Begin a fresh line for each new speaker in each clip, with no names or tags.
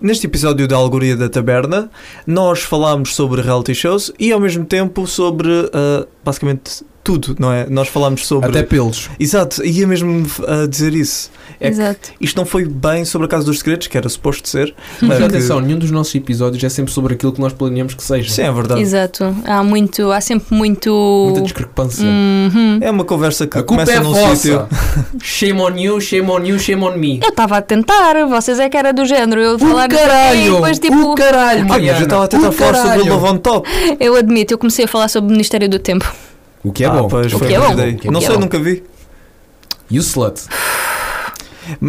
Neste episódio da Algoria da Taberna, nós falámos sobre reality shows e ao mesmo tempo sobre ah, basicamente tudo, não é? Nós falámos sobre.
Até pelos.
Exato, ia mesmo ah, dizer isso. É que
Exato.
isto não foi bem sobre a Casa dos Segredos, que era suposto ser.
Mas
que-
atenção, nenhum dos nossos episódios é sempre sobre aquilo que nós planeamos que seja.
Sim, é verdade.
Exato. Há muito, há sempre muito.
Muita discrepância.
Uhum.
É uma conversa que
A culpa
começa
é
num sítio.
vossa. shame on you, shame on you, shame on me.
Eu estava a tentar, vocês é que era do género. Eu falar e depois tipo,
o caralho,
Ah, mas eu
Mariana,
estava a tentar
o
falar sobre o
Uh, caralho.
Love on Top.
eu admito, eu comecei a falar sobre o Ministério do Tempo.
O que é
Ah,
bom.
pois,
O
foi
que é
uma
bom.
ideia.
O que é
Não
bom.
sei, nunca vi.
You slut.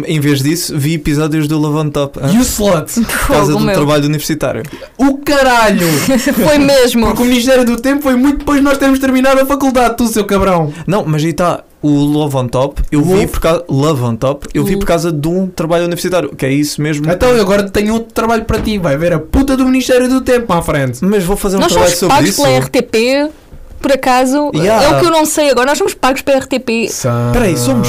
Em vez disso, vi episódios do Love on Top. hã?
You slut.
Por causa
Fogo,
do
meu.
trabalho universitário.
O caralho.
Foi mesmo.
Porque o Ministério do Tempo foi muito depois de nós termos terminado a faculdade, tu, seu cabrão.
Não, mas aí está o Love on Top. Eu vi
Love?
por causa Love on Top. Eu vi
Love.
por causa de um trabalho universitário, que é isso mesmo.
Então eu agora tenho outro trabalho para ti. Vai ver a puta do Ministério do Tempo à frente.
Mas vou fazer um
Nós
trabalho
somos
sobre
pagos
isso.
pela RTP, por acaso.
Yeah.
É o que eu não sei agora. Nós somos pagos pela RTP.
Espera
aí, somos-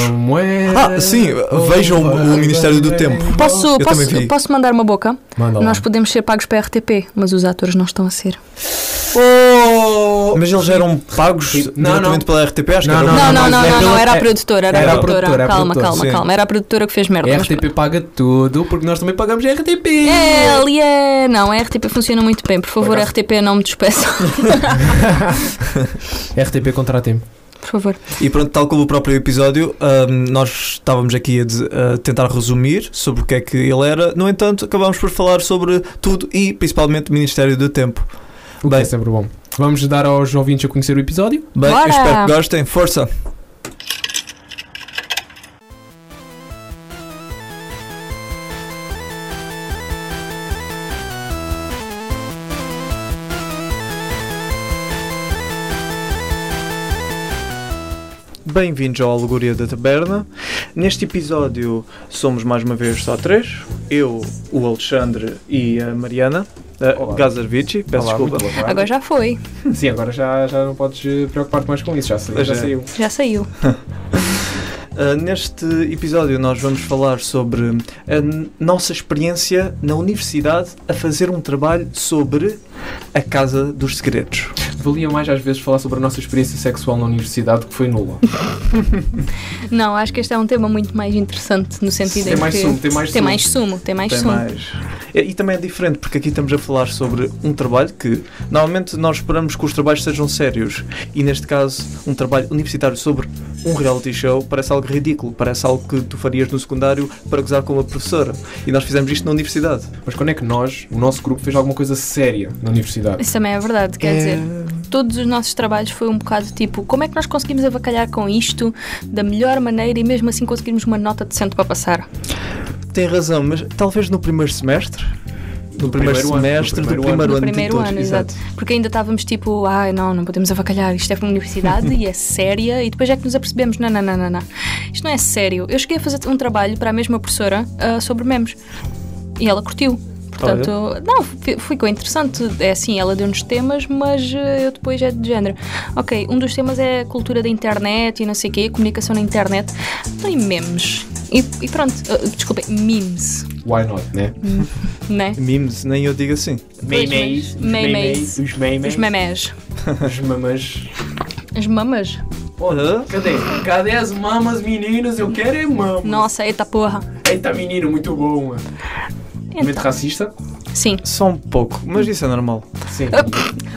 Ah, sim, vejam o Ministério do Tempo.
Posso,
Eu também vi.
posso, posso mandar uma boca?
Manda lá.
Nós podemos ser pagos pela RTP, mas os atores não estão a ser.
Oh!
Mas eles eram pagos
Não,
diretamente
não.
pela RTP, acho
Não,
que era
Não,
não,
não,
mas
não, não,
é
não,
pela-
era
é-
a produtora, era,
era a
a produtora.
produtora, é a
calma,
produtora,
calma,
sim.
calma. Era a produtora que fez merda.
A
mas
RTP paga tudo porque nós também pagamos a RTP.
É, ali é. Não, a RTP funciona muito bem. Por favor,
Por acaso.
RTP, não me despeçam.
RTP contratem-me.
Por favor.
E pronto, tal como o próprio episódio, ahm, nós estávamos aqui a, dizer- a tentar resumir sobre o que é que ele era. No entanto, acabámos por falar sobre tudo e principalmente Ministério do Tempo.
O que
Bem.
é sempre bom. Vamos dar aos ouvintes a conhecer o episódio.
Bem, eu
Bora!
espero que gostem. Força! Bem-vindos ao Alegoria da Taberna. Neste episódio somos mais uma vez só três: eu, o Alexandre e a Mariana. Uh,
Olá.
Gazarvici, peço desculpa.
Agora já foi.
Sim, agora já, já não podes eh, preocupar-te mais com isso. Já, sa-
é.
Já.
já saiu.
Já saiu.
Uh, neste episódio nós vamos falar sobre a n- nossa experiência na universidade a fazer um trabalho sobre a Casa dos Segredos.
Valia mais às vezes falar sobre a nossa experiência sexual na universidade que foi nula.
Não, acho que este é um tema muito mais interessante no sentido
Tem
em
mais
que.
sumo, tem mais
tem
sumo.
mais sumo, tem mais
Tem
sumo.
mais. E, e também é diferente porque aqui estamos a falar sobre um trabalho que normalmente nós esperamos que os trabalhos sejam sérios e neste caso um trabalho universitário sobre um reality show parece algo ridículo, parece algo que tu farias no secundário para gozar com uma professora e nós fizemos isto na universidade.
Mas quando é que nós, o nosso grupo, fez alguma coisa séria na universidade?
Isso também é verdade, quer
É-
dizer, todos os nossos trabalhos foi um bocado tipo, como é que nós conseguimos avacalhar com isto da melhor maneira e mesmo assim conseguimos uma nota decente para passar?
Tem razão, mas talvez no primeiro semestre. No primeiro,
primeiro ano,
semestre,
no
do
primeiro
primeiro ano,
no
de
primeiro
todos,
ano, exato. Porque ainda estávamos tipo, ai não, não podemos avacalhar, isto é para uma universidade e é séria, e depois é que nos apercebemos, não, não, não, não, não, isto não é sério. Eu cheguei a fazer um trabalho para a mesma professora ah, sobre memes e ela curtiu. Portanto, não, fi- ficou interessante. É assim, ela deu-nos temas, mas ah, eu depois é de género. Ok, um dos temas é a cultura da internet e não sei o quê, comunicação na internet. Então, e memes? E, e pronto, ah, desculpem, memes,
Why not, né?
né?
Memes, nem eu digo assim.
Meimei's, Meimei's,
os meimei's,
Os memés.
os mamãs.
As mamas.
Hã?
Cadê? Cadê as mamas, meninas? Eu quero é mamas.
Nossa, Então. eita porra.
Eita, menino, muito bom. mano. Muito
Então,
racista?
sim.
Só um pouco, mas isso é normal.
Sim.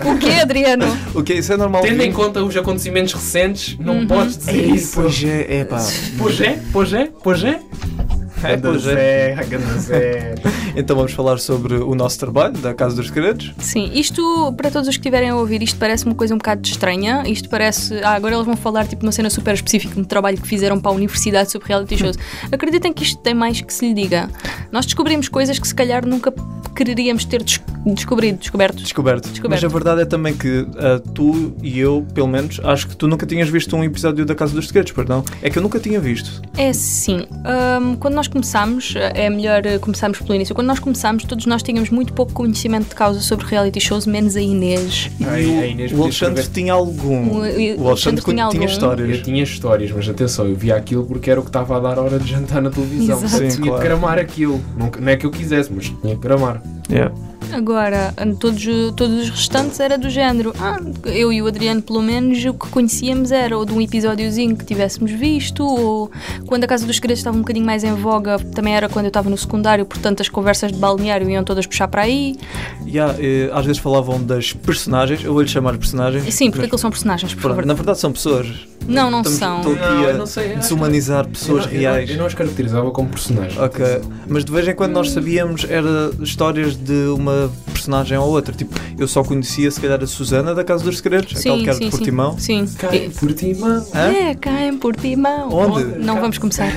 O que, Adriano?
O que isso é normal?
Tendo em conta os acontecimentos recentes, não podes dizer
Ei,
isso.
Pois é, é pá.
Uhum. Pois é, pois é, pois é.
É, pois é.
Gandazé.
Então vamos falar sobre o nosso trabalho da Casa dos Segredos.
Sim, isto, para todos os que estiverem a ouvir, isto parece uma coisa um bocado estranha. Isto parece. Ah, agora eles vão falar tipo uma cena super específica, um trabalho que fizeram para a universidade sobre reality shows. Acreditem que isto tem mais que se lhe diga. Nós descobrimos coisas que se calhar nunca quereríamos ter des- descobri, descoberto.
Descoberto.
Descoberto.
Mas a verdade é também que ah, tu e eu, pelo menos, acho que tu nunca tinhas visto um episódio da Casa dos Segredos, perdão. É que eu nunca tinha visto.
É sim. Ahm, quando nós começámos, é melhor eh, começarmos pelo início. Quando nós começámos, todos nós tínhamos muito pouco conhecimento de causa sobre reality shows, menos a Inês.
Ai,
e o,
ai, Inês,
o
podia
Alexandre
escrever.
tinha algum.
O- e-
O Alexandre tinha,
algum.
histórias.
Eu tinha histórias, mas atenção, eu via aquilo porque era o que estava a dar a hora de jantar na televisão.
Exato.
Sim,
Tinha
claro.
de gramar aquilo. Nunca- Não é que eu quisesse, mas tinha que gramar.
Yeah.
Agora, todos, todos os restantes era do género. Ah, eu e o Adriano, pelo menos, o que conhecíamos era ou de um episódiozinho que tivéssemos visto, ou quando a Casa dos Segredos estava um bocadinho mais em voga, também era quando eu estava no secundário, portanto as conversas de balneário iam todas puxar para aí.
Yeah, eh, às vezes falavam das personagens, eu vou-lhe chamar personagens.
Sim, porque
mas
aquilo são personagens, por
pronto,
favor.
na verdade são pessoas.
é Não, não
Estamos
são.
todo dia
Não, não sei, acho
Desumanizar pessoas
Eu não- eu não-
reais.
Eu não as caracterizava como personagens.
Ok, mas de vez em quando nós sabíamos era histórias de uma personagem ou outra. Tipo, eu só conhecia se calhar a Susana da Casa dos Segredos, aquela que era de Portimão.
Sim.
Cai por ti, mano.
Hã?
É, caem por timão.
Onde?
Não vamos começar.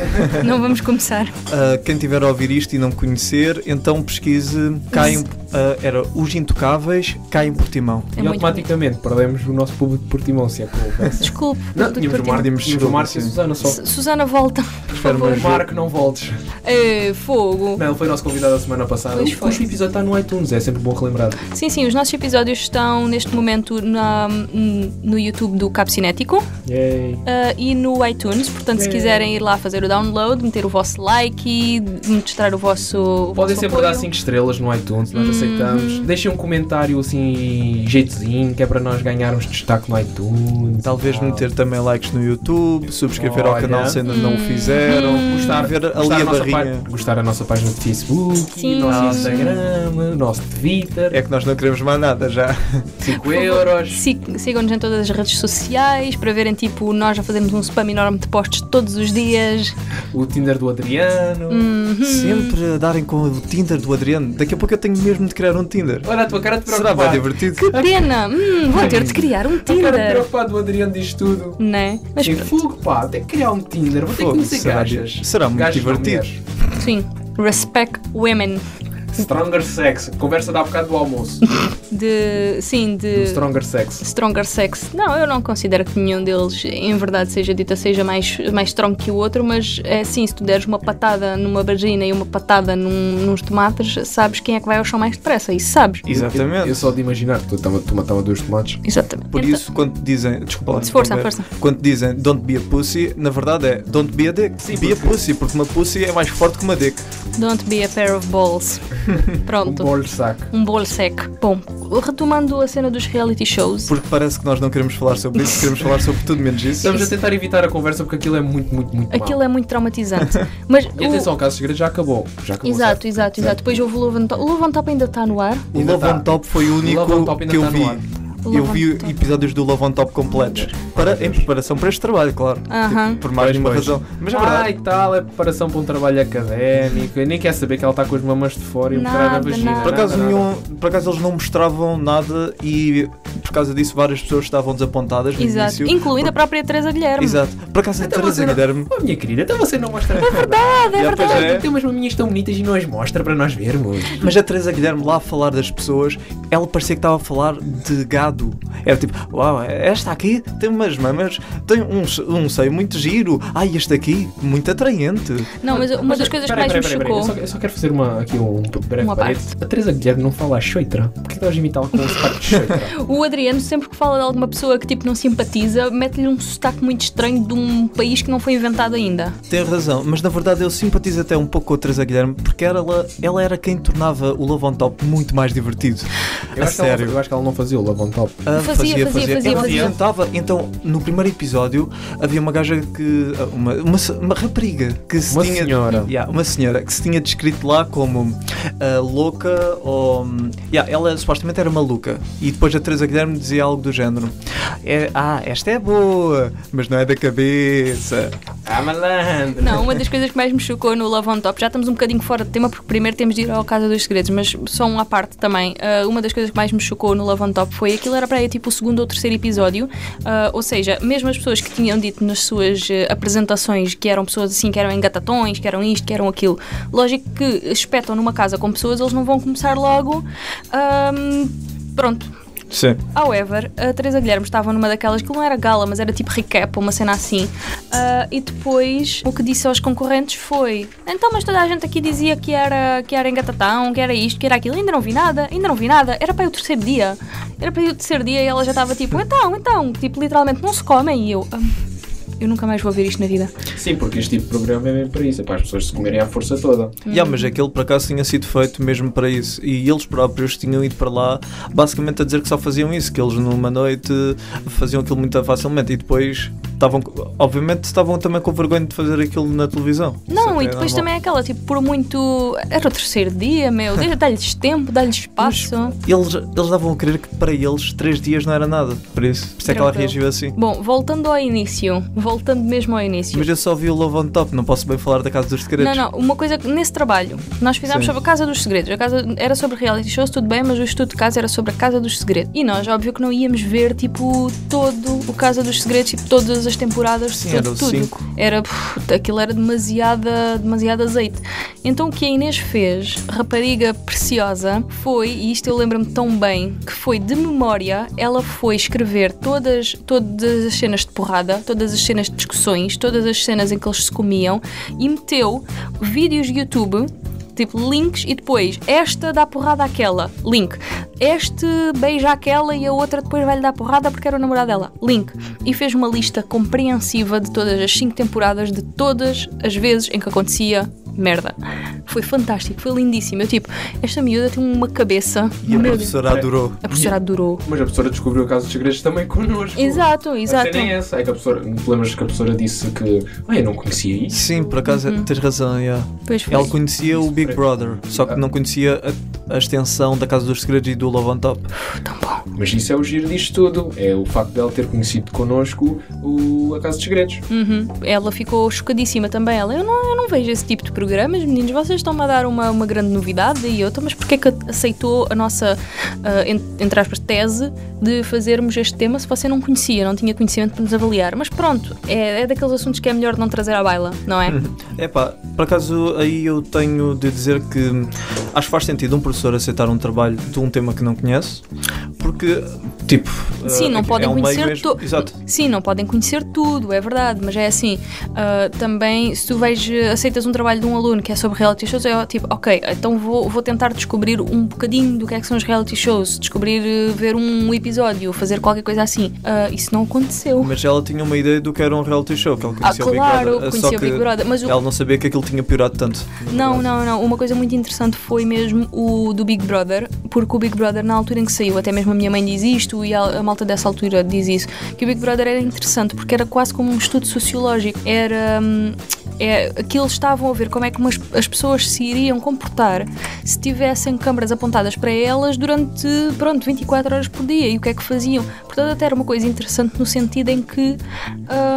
Não vamos começar.
Ah, quem tiver a ouvir isto e não me conhecer, então pesquise. Caem, ah, era Os Intocáveis, Caem Portimão.
É
e
muito
automaticamente perdemos o nosso público de Portimão, se é que houve.
Desculpe.
Não,
doutor
tínhamos o
Portimão.
Marco,
Tínhamos um
tínhamos o
desculpa,
Marco e a
sim.
Susana só.
Su- Susana, volta. Por favor.
Marco, não voltes.
É, fogo.
Não, ele foi nosso convidado a semana passada.
Pois
O-
foi.
O episódio está no iTunes, é sempre bom relembrar.
Sim, sim, os nossos episódios estão neste momento na- no YouTube do Cabo Cinético
Yay.
ah, e no iTunes. Portanto,
É.
se quiserem ir lá fazer o download, meter o vosso like e mostrar o vosso. o
Podem
vosso
sempre
apoio.
dar 5 estrelas no iTunes,
Uhum.
nós aceitamos. Deixem um comentário assim, jeitozinho, que é para nós ganharmos destaque no iTunes.
Talvez
Ah.
meter também likes no YouTube, subscrever ao
Olha.
canal se ainda
Hum.
não o fizeram, gostar ver ali
Gostar,
a
a nossa
barrinha.
pá- gostar a nossa página de Facebook,
Sim.
o nosso
Ah, sim.
Instagram, o nosso Twitter,
É que nós não queremos mais nada já.
5 euros.
Si- Sigam-nos em todas as redes sociais para verem, tipo, nós já fazemos um spam enorme de posts todos os dias.
O Tinder do Adriano.
Hum.
Sempre a darem com o Tinder do Adriano. Daqui a pouco eu tenho mesmo de criar um Tinder.
Olha a tua cara de
Será
preocupado.
bem divertido?
Que pena! Hum, vou ter de criar um
A cara de
Tinder.
preocupado do Adriano diz tudo.
Né? Mas
Em fogo, pá, tem que criar um Tinder, vou ter que
Fogo,
conhecer
será-
gajas.
será muito
Gajas não,
divertido.
mulheres.
sim, respect women.
Stronger Sex, conversa da bocado do almoço.
De. Sim,
Do
de.
Um Stronger Sex.
Stronger sex. Não, eu não considero que nenhum deles, em verdade, seja dita, seja mais, mais strong que o outro, mas é assim, se tu deres uma patada numa vagina e uma patada num- nos tomates, sabes quem é que vai ao chão mais depressa, isso sabes.
Exatamente.
Eu, eu só de imaginar, tu tava- tu matava dois tomates.
Exatamente.
Por
Então-
isso, quando te dizem. Desculpa lá.
Força,
interromper.
força.
Quando te dizem don't be a pussy, na verdade é don't be a dick.
Sim,
be a
porque-
pussy, porque uma pussy é mais forte que uma dick.
Don't be a pair of balls.
Um
Pronto.
bolo de saco.
Um bolo seco. Bom, retomando a cena dos reality shows.
Porque parece que nós não queremos falar sobre isso, queremos falar sobre tudo menos isso.
Estamos a tentar evitar a conversa porque aquilo é muito, muito, muito mau.
Aquilo é muito traumatizante. Mas
E
o-
atenção, o caso segredo já acabou. Já acabou
Exato, exato, exato. Depois houve o Love on Top. O Love on Top ainda está no ar.
O
Ainda
Love
tá.
on Top foi o único
Love on Top ainda
que eu
tá no
vi.
ar.
Eu
Love on
vi
Top.
episódios do Love on Top completos. Para, em preparação para este trabalho, claro.
Aham.
Tipo, por mais
Pois,
nenhuma
pois.
razão. Mas é
Ai
verdade.
tal, é preparação para um trabalho académico. Eu nem quer saber que ela está com as mamas de fora e a mostrar a
Nada,
vagina.
nada.
Por acaso,
Nada, nada.
nenhum, por acaso eles não mostravam nada e por causa disso várias pessoas estavam desapontadas no
Exato.
início.
Incluindo a própria Teresa Guilherme.
Exato. Por acaso a
Até você
Teresa
não-
Guilherme.
Oh, minha querida, até você não mostra nada.
Verdade, é
Já, pois
verdade.
é.
Tem umas maminhas tão bonitas e não as mostra para nós vermos.
Mas a Teresa Guilherme lá a falar das pessoas, ela parecia que estava a falar de gado. Era tipo, uau, esta aqui tem umas mamas, tem um, se- um seio muito giro. Ai, este aqui, muito atraente.
Não, mas uma das coisas que mais me chocou.
Eu só, eu só quero fazer uma, aqui um breve
Uma
parênteses. A Teresa Guilherme não fala choitra. Por que estás a imitá-la com um sotaque de choitra?
O Adriano, sempre que fala de alguma pessoa que tipo não simpatiza, mete-lhe um sotaque muito estranho de um país que não foi inventado ainda.
Tem razão, mas na verdade eu simpatizo até um pouco com a Teresa Guilherme porque era ela, ela era quem tornava o Love on Top muito mais divertido.
Eu
a
acho que ela-
sério.
eu acho que ela não fazia o love on top.
Ah,
Fazia, fazia, fazia,
Ela
fazia.
apresentava. Então, no primeiro episódio, havia uma gaja que. ah, Uma, uma, uma rapariga que se
Uma
tinha.
senhora.
Yeah, uma senhora que se tinha descrito lá como ah, louca ou. yeah, ela supostamente era maluca. E depois a Teresa Guilherme me dizia algo do género: é, Ah, esta é boa, mas não é da cabeça.
Ah, malandro.
Não, uma das coisas que mais me chocou no Love on Top, já estamos um bocadinho fora de tema, porque primeiro temos de ir ao Casa dos Segredos, mas só um à parte também. Ah, uma das coisas que mais me chocou no Love on Top foi aquilo era para aí tipo o segundo ou terceiro episódio, ah, ou seja, mesmo as pessoas que tinham dito nas suas eh, apresentações que eram pessoas assim, que eram engatatões, que eram isto, que eram aquilo, lógico que espetam numa casa com pessoas, eles não vão começar logo. ahm, pronto,
Sim.
However, a Teresa Guilherme estava numa daquelas que não era gala, mas era tipo recap, uma cena assim. Ah, e depois o que disse aos concorrentes foi: então, mas toda a gente aqui dizia que era, que era engatatão, que era isto, que era aquilo. Ainda não vi nada, ainda não vi nada. Era para aí o terceiro dia. Era para aí o terceiro dia e ela já estava tipo: então, então, tipo, literalmente não se comem. E eu. "Ah, eu nunca mais vou ver isto na vida.
Sim, porque este tipo de programa é mesmo para isso, é para as pessoas se comerem à força toda.
Yeah, mas aquele por acaso tinha sido feito mesmo para isso. E eles próprios tinham ido para lá basicamente a dizer que só faziam isso, que eles numa noite faziam aquilo muito facilmente e depois estavam, obviamente, estavam também com vergonha de fazer aquilo na televisão. Isso
Não,
até
e
é
depois
normal.
também é aquela, tipo, por muito. Era o terceiro dia, meu. Deixa- Dá-lhes tempo, dá-lhes espaço.
Eles, eles davam a crer que para eles três dias não era nada. Por isso, por isso é que ela
Tranquilo.
reagiu assim.
Bom, voltando ao início, voltando mesmo ao início.
Mas eu só vi o Love on Top, não posso bem falar da Casa dos Segredos.
Não, não, uma coisa que nesse trabalho nós fizemos
Sim.
sobre a Casa dos Segredos. A casa era sobre reality shows, tudo bem, mas o estudo de casa era sobre a Casa dos Segredos. E nós, óbvio, que não íamos ver tipo todo o Casa dos Segredos, tipo todas as temporadas,
Sim,
tudo.
eram
tudo.
cinco.
Era, pff, aquilo era demasiada, demasiado azeite. Então o que a Inês fez, rapariga preciosa, foi, e isto eu lembro-me tão bem, que foi de memória, ela foi escrever todas, todas as cenas de porrada, todas as cenas de discussões, todas as cenas em que eles se comiam e meteu vídeos de YouTube. Tipo, links e depois esta dá porrada àquela, link. Este beija aquela e a outra depois vai-lhe dar porrada porque era o namorado dela, link. E fez uma lista compreensiva de todas as cinco temporadas, de todas as vezes em que acontecia merda. Foi fantástico, foi lindíssimo. Eu, tipo, esta miúda tem uma cabeça.
E a
Meu Deus.
professora adorou.
A professora adorou.
Mas a professora descobriu a Casa dos Segredos também connosco.
Exato,
A
exato.
cena é essa. É que a professora, te lembras que a professora disse que. Ah, eu não conhecia isso.
Sim, por acaso
Uhum.
tens razão, yeah.
Pois foi.
Ela conhecia o Big Brother, só que não conhecia a, a extensão da Casa dos Segredos e do Love on Top.
Mas isso é o giro disto tudo. É o facto dela ter conhecido connosco o, a Casa dos Segredos.
Uhum. Ela ficou chocadíssima também. Ela, eu não, eu não vejo esse tipo de programas, meninos, vocês estão-me a dar uma, uma grande novidade. E eu, "Então, mas porquê é que aceitou a nossa, ah, en- entre aspas, tese de fazermos este tema se você não conhecia, não tinha conhecimento para nos avaliar? Mas pronto, é, é daqueles assuntos que é melhor não trazer à baila, não é?
Epá, por acaso aí eu tenho de dizer que acho que faz sentido um professor aceitar um trabalho de um tema que não conhece, porque, tipo.
Sim,
eh,
não podem
é um meio
conhecer
mesmo-
to-
Exato.
Sim, não podem conhecer tudo, é verdade, mas é assim, ah, também se tu vais, eh, aceitas um trabalho de um aluno que é sobre reality shows, é tipo, ok, então vou, vou tentar descobrir um bocadinho do que é que são os reality shows, descobrir, eh, ver um episódio, fazer qualquer coisa assim. Ah, isso não aconteceu.
Mas ela tinha uma ideia do que era um reality show, que ela
Ah,
conhecia
claro,
o Big Brother. eh,
conhecia o
só
Big
que
Brother, mas o,
Ela não sabia que aquilo tinha piorado tanto.
Não, não, não. Uma coisa muito interessante foi mesmo o do Big Brother, porque o Big Brother, na altura em que saiu, até mesmo a minha mãe diz isto e a, a malta dessa altura diz isso, que o Big Brother era interessante porque era quase como um estudo sociológico. Era. hum, é, que eles estavam a ver como é que umas- as pessoas se iriam comportar se tivessem câmaras apontadas para elas durante, pronto, 24 horas por dia e o que é que faziam. Portanto, até era uma coisa interessante no sentido em que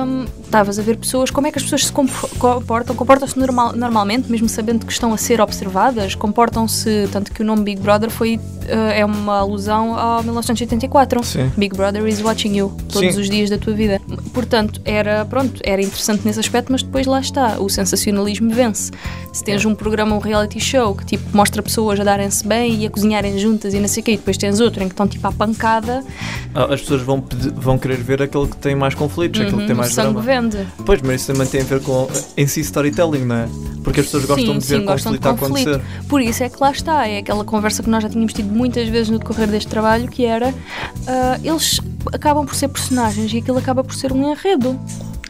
hum, estavas a ver pessoas, como é que as pessoas se compor- comportam, comportam-se normal- normalmente, mesmo sabendo que estão a ser observadas, comportam-se, tanto que o nome Big Brother foi, eh, é uma alusão ao 1984.
Sim.
Big Brother is watching you todos
Sim.
os dias da tua vida. Portanto, era, pronto, era interessante nesse aspecto, mas depois lá está, o sensacionalismo vence. Se
É.
tens um programa, um reality show, que tipo mostra pessoas a darem-se bem e a cozinharem juntas e não sei o quê, e depois tens outro em que estão tipo à pancada,
Ah, As pessoas vão, pedi- vão querer ver aquele que tem mais conflitos, aquele que tem
hum, o
mais
sangue
drama.
vende.
Pois, mas isso também tem a ver com em si storytelling, não é? Porque as pessoas gostam
Sim,
de ver
sim, gostam de
conflito a acontecer.
conflito. Por isso é que lá está, é aquela conversa que nós já tínhamos tido muitas vezes no decorrer deste trabalho, que era ah, eles acabam por ser personagens e aquilo acaba por ser um enredo.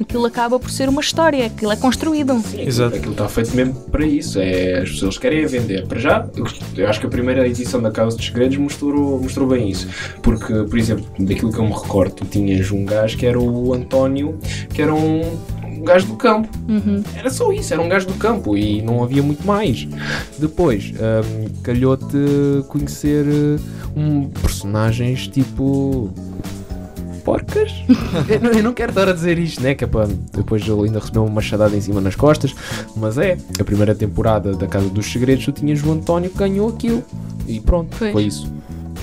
Aquilo acaba por ser uma história, aquilo é construído.
Sim,
Exato.
Aquilo está feito mesmo para isso. É, as pessoas querem é vender. Para já, eu- eu acho que a primeira edição da Casa dos Segredos mostrou, mostrou bem isso. Porque, por exemplo, daquilo que eu me recordo, tu tinhas um gajo que era o António, que era um, um gajo do campo.
Uhum.
Era só isso, era um gajo do campo e não havia muito mais. Depois, hum, calhou-te conhecer hum,
hum, personagens tipo. Porcas? eu, não, eu não quero estar a dizer isto, né? Que é para depois ele ainda recebeu uma machadada em cima nas costas, mas é. A primeira temporada da Casa dos Segredos tu tinhas o António que ganhou aquilo. E pronto,
Pois.
foi isso.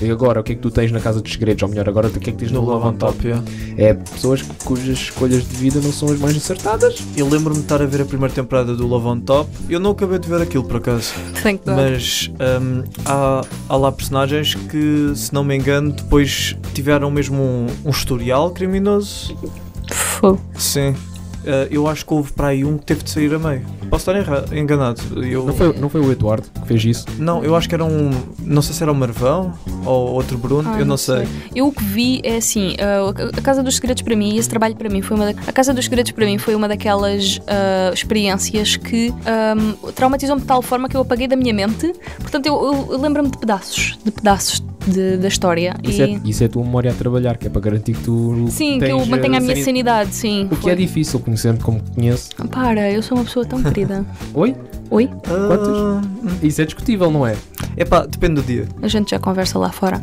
E agora, o que é que tu tens na Casa dos Segredos? Ou melhor, agora o que é que tens
No
no
Love on Top, yeah.
É pessoas cujas escolhas de vida não são as mais acertadas.
Eu lembro-me de estar a ver a primeira temporada do Love on Top. Eu não acabei de ver aquilo por acaso.
Thank God.
Mas hum, há, há lá personagens que, se não me engano, depois tiveram mesmo um, um historial criminoso.
Fogo.
Sim. Ah, eu acho que houve para aí um que teve de sair a meio. Posso estar erra- enganado. Eu,
Não foi, não foi o Eduardo que fez isso?
não, eu acho que era um. Não sei se era o Marvão ou outro Bruno,
Ah,
eu não sei.
Eu o que vi é assim, ah, a Casa dos Segredos para mim, esse trabalho para mim foi uma da- a Casa dos Segredos para mim foi uma daquelas ah, experiências que ahm, traumatizou-me de tal forma que eu apaguei da minha mente. Portanto, eu, eu- eu lembro-me de pedaços, de pedaços de- da história.
Isso, é, isso é a tua memória a trabalhar, que é para garantir que tu.
Sim, que
tens,
eu
eh,
mantenho a minha
sani-
sanidade, sim.
O que é difícil, conhecendo como te conheço.
Ah, Para, eu sou uma pessoa tão querida.
Oi?
Oi?
Ah,
Isso é discutível, não é?
epá, depende do dia.
A gente já conversa lá fora.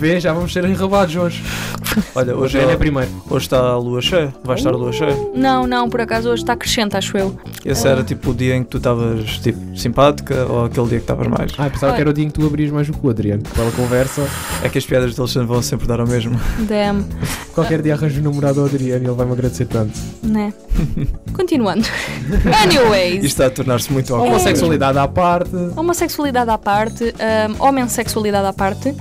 Vê, já vamos ser enrabados hoje.
Olha,
Hoje
hoje,
é
é-
primeiro.
hoje está a lua cheia. Vai estar a lua cheia.
Não, não, por acaso hoje está crescente, acho eu.
Esse era tipo o dia em que tu estavas tipo, simpática ou aquele dia que estavas mais.
Ah, pensava
Olha.
que era o dia em que tu abrias mais o cu, Adriano. Aquela conversa,
É que as piadas deles vão sempre dar ao mesmo.
Damn,
qualquer dia arranjo um namorado ao Adriano e ele vai-me agradecer tanto.
né? Continuando. Anyways.
Isto está a tornar-se
Oh.
muito awkward.
Homossexualidade à parte.
Homossexualidade à parte, hum, homossexualidade à parte,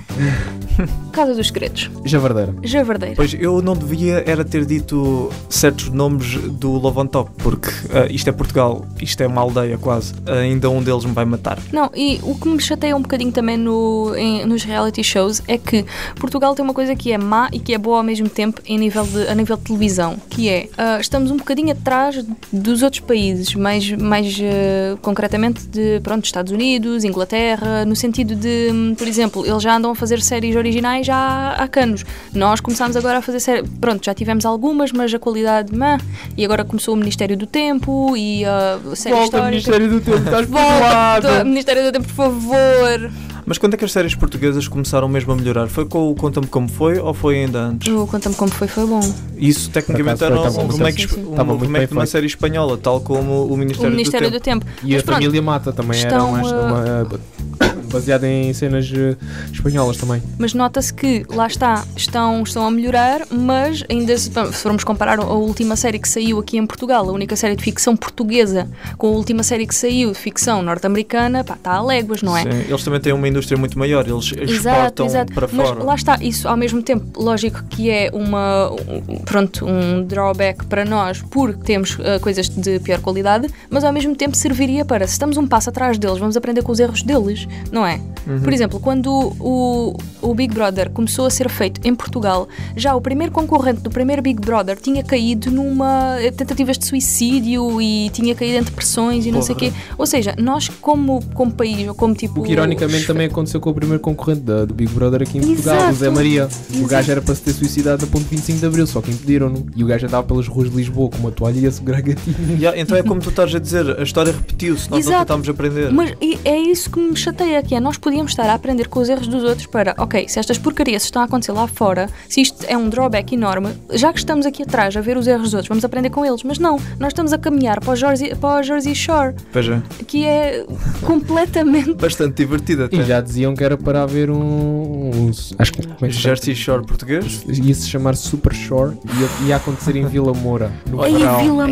Casa dos Segredos,
Javardeira.
Javardeira.
Pois eu não devia era ter dito certos nomes do Love on Top, porque ah, isto é Portugal, isto é uma aldeia quase. Ainda um deles me vai matar.
Não, e o que me chateia um bocadinho também no- em- nos reality shows é que Portugal tem uma coisa que é má e que é boa ao mesmo tempo em nível de, a nível de televisão, que é ah, estamos um bocadinho atrás dos outros países, mais, mais ah, concretamente de pronto, Estados Unidos, Inglaterra, no sentido de, hum, por exemplo, eles já andam a fazer séries originais já há canos. Nós começámos agora a fazer séries. Pronto, já tivemos algumas, mas a qualidade. Meh, e agora começou o Ministério do Tempo e ah, séries
Volta,
históricas.
Ministério do Tempo, estás perdoado.
Volta, Ministério do Tempo, por favor.
Mas quando é que as séries portuguesas começaram mesmo a melhorar? Foi com o Conta-me Como Foi ou foi ainda antes?
Oh, Conta-me como foi, foi bom.
Isso tecnicamente
Por
era
acaso,
um
foi, estava
remake,
muito-
um
estava muito
remake
bem
de uma
feito.
série espanhola, tal como o Ministério,
o Ministério
do
do
Tempo.
Tempo.
E
Mas
a
pronto.
Família Mata também era
Estão, eh,
uma, uma, baseada em cenas eh, espanholas também.
Mas nota-se que, lá está, estão, estão a melhorar, mas ainda se, se formos comparar a última série que saiu aqui em Portugal, a única série de ficção portuguesa, com a última série que saiu de ficção norte-americana, pá, está a léguas, não é?
Sim, eles também têm uma indústria muito maior, eles exportam para
Mas
fora.
lá está, isso ao mesmo tempo, lógico que é uma, um- pronto, um drawback para nós, porque temos ah, coisas de pior qualidade, mas ao mesmo tempo serviria para, se estamos um passo atrás deles, vamos aprender com os erros deles, não é? Por exemplo, quando o, o Big Brother começou a ser feito em Portugal, já o primeiro concorrente do primeiro Big Brother tinha caído numa eh, tentativas de suicídio e tinha caído em depressões e não sei o quê. Ou seja, nós como, como país ou como tipo...
O que ironicamente também aconteceu com o primeiro concorrente da- do Big Brother aqui em Portugal,
Exato.
o Zé Maria. O
Exato.
gajo era para se ter suicidado a ponto 25 de Abril, só que impediram-no. E o gajo andava pelas ruas de Lisboa com uma toalha e a segurar gatinho.
Yeah, então é como tu estás a dizer, a história repetiu-se, nós não
Exato.
tentámos aprender.
Mas e- é isso que me chateia, que é nós podíamos estar a aprender com os erros dos outros para, ok, se estas porcarias estão a acontecer lá fora, se isto é um drawback enorme, já que estamos aqui atrás a ver os erros dos outros, vamos aprender com eles. Mas não, nós estamos a caminhar para o Jersey, para o Jersey Shore,
Pois é.
que é completamente...
Bastante divertida até.
E já diziam que era para haver um. um- acho que. Como é que se chama?
Jersey Shore português?
Ia se chamar Super Shore e ia, ia acontecer em Vila Moura. No
Ei,
verão.
Vila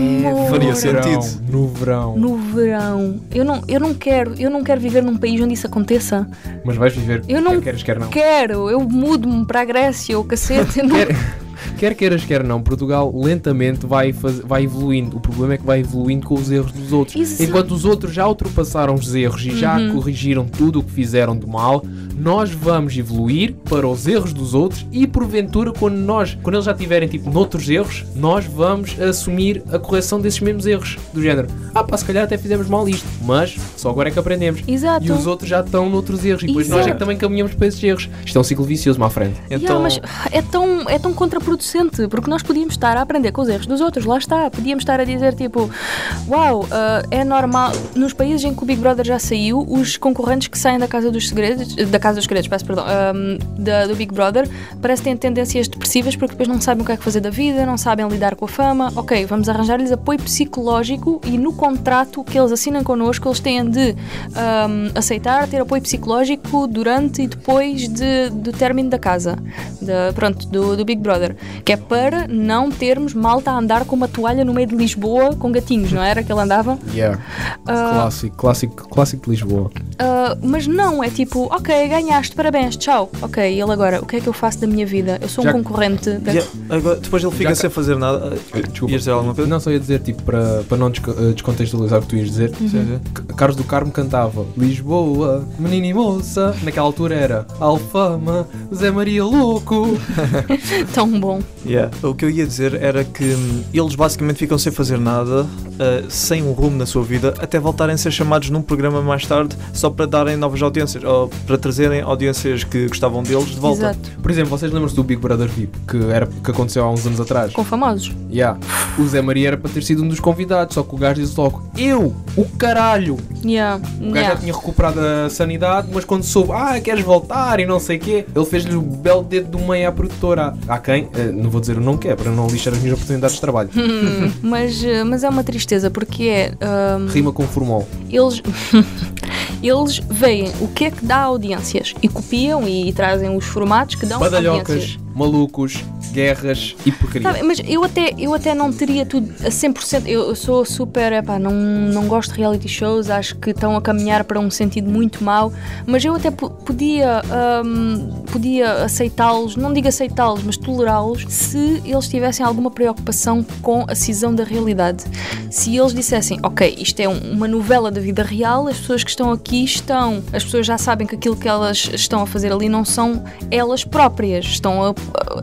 faria
Moura.
sentido.
No verão.
No verão. Eu não, eu não quero, eu não quero viver num país onde isso aconteça.
Mas vais viver.
Eu não
Quer queiras, quer não.
Quero, eu mudo-me para a Grécia ou cacete. eu não-
Quer, quer queiras, quer não, Portugal lentamente vai, faz- vai evoluindo. O problema é que vai evoluindo com os erros dos outros.
Exato. Uhum.
Enquanto os outros já ultrapassaram os erros e já corrigiram tudo o que fizeram de mal, nós vamos evoluir para os erros dos outros e porventura, quando nós, quando eles já tiverem tipo noutros erros, nós vamos assumir a correção desses mesmos erros. Do género, ah pá, se calhar até fizemos mal isto, mas só agora é que aprendemos.
Exato.
E os outros já estão noutros erros, e depois nós é
Exato.
que também caminhamos para esses erros. Isto é um ciclo vicioso, má frente.
Então,
Yeah, mas é tão, é tão inocente, porque nós podíamos estar a aprender com os erros dos outros, lá está. Podíamos estar a dizer tipo, uau, ah, é normal. Nos países em que o Big Brother já saiu, os concorrentes que saem da Casa dos Segredos, da Casa dos Segredos, peço perdão, ahm, da- do Big Brother, parece que têm tendências depressivas porque depois não sabem o que é que fazer da vida, não sabem lidar com a fama. Ok, vamos arranjar-lhes apoio psicológico e no contrato que eles assinam connosco, eles têm de ahm, aceitar ter apoio psicológico durante e depois de- do término da casa, da- pronto, do, do Big Brother, que é para não termos malta a andar com uma toalha no meio de Lisboa com gatinhos, não era que ele andava?
Yeah. Clássico, clássico, clássico de Lisboa.
Ah, mas não, é tipo, ok, ganhaste, parabéns, tchau. Ok, e ele agora, o que é que eu faço da minha vida? Eu sou um
Já-
concorrente da...
Yeah, agora, depois ele fica
Já-
sem fazer nada. Ah,
Desculpa.
Ias dizer alguma coisa?
Não, só ia dizer, tipo, para, para não desco- eh, descontextualizar o que tu ias dizer,
Sim, sim.
C- Carlos do Carmo cantava Lisboa, menina e moça. Naquela altura era Alfama, Zé Maria Louco.
Tão bom.
Yeah. O que eu ia dizer era que hum, eles basicamente ficam sem fazer nada, ah, sem um rumo na sua vida, até voltarem a ser chamados num programa mais tarde só para darem novas audiências, ou para trazerem audiências que gostavam deles de volta.
Exato.
Por exemplo, vocês lembram-se do Big Brother VIP que, era, que aconteceu há uns anos atrás?
Com famosos.
Yeah. O Zé Maria era para ter sido um dos convidados, só que o gajo disse logo: Eu, o caralho!
Yeah.
O Um gajo já
yeah.
tinha recuperado a sanidade, mas quando soube, ah, queres voltar e não sei o quê, ele fez-lhe o belo dedo do meio à produtora. Há quem? eh, não vou dizer o nome que é, para não lixar as minhas oportunidades de trabalho.
Hum, mas, eh, mas é uma tristeza porque é. ahm,
Rima com formol.
eles. Eles veem o que é que dá audiências e copiam e trazem os formatos que dão audiências.
Badalhocas, malucos, guerras e porcaria.
Sabe, mas eu até, eu até não teria tudo a 100%. Eu eu sou super. Epá, não, não gosto de reality shows, acho que estão a caminhar para um sentido muito mau. Mas eu até po- podia, hum, podia aceitá-los, não digo aceitá-los, mas tolerá-los, se eles tivessem alguma preocupação com a cisão da realidade. Se eles dissessem, ok, isto é um- uma novela da vida real, as pessoas que estão aqui estão. As pessoas já sabem que aquilo que elas estão a fazer ali não são elas próprias, estão a,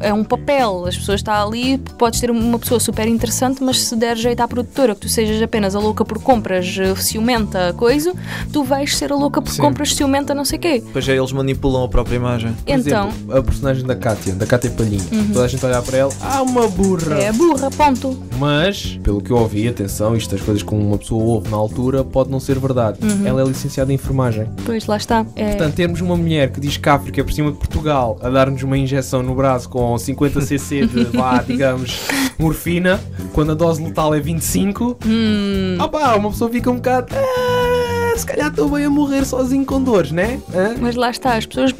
é um papel. As pessoas estão ali, podes ter uma pessoa super interessante, mas se der jeito à produtora, que tu sejas apenas a louca por compras, eh, ciumenta, coisa, tu vais ser a louca por
Sim.
compras, ciumenta, não sei o quê.
Pois é, eles manipulam a própria imagem.
Por
então, Uhum.
exemplo, a personagem da Kátia, da Kátia Palhinha. Toda a gente olhar para ela, ah, uma burra.
é burra, ponto.
Mas, pelo que eu ouvi, atenção, isto as coisas como uma pessoa ouve na altura pode não ser verdade.
Uhum.
Ela é licenciada em enfermagem.
Pois lá está. É.
Portanto, termos uma mulher que diz que a África é por cima de Portugal a dar-nos uma injeção no braço com 50 cc de, vá, digamos, morfina, quando a dose letal é 25,
Hum,
opá, uma pessoa fica um bocado. "Ah, se calhar estou bem a morrer sozinho com dores, né? Hã?
mas lá está, as pessoas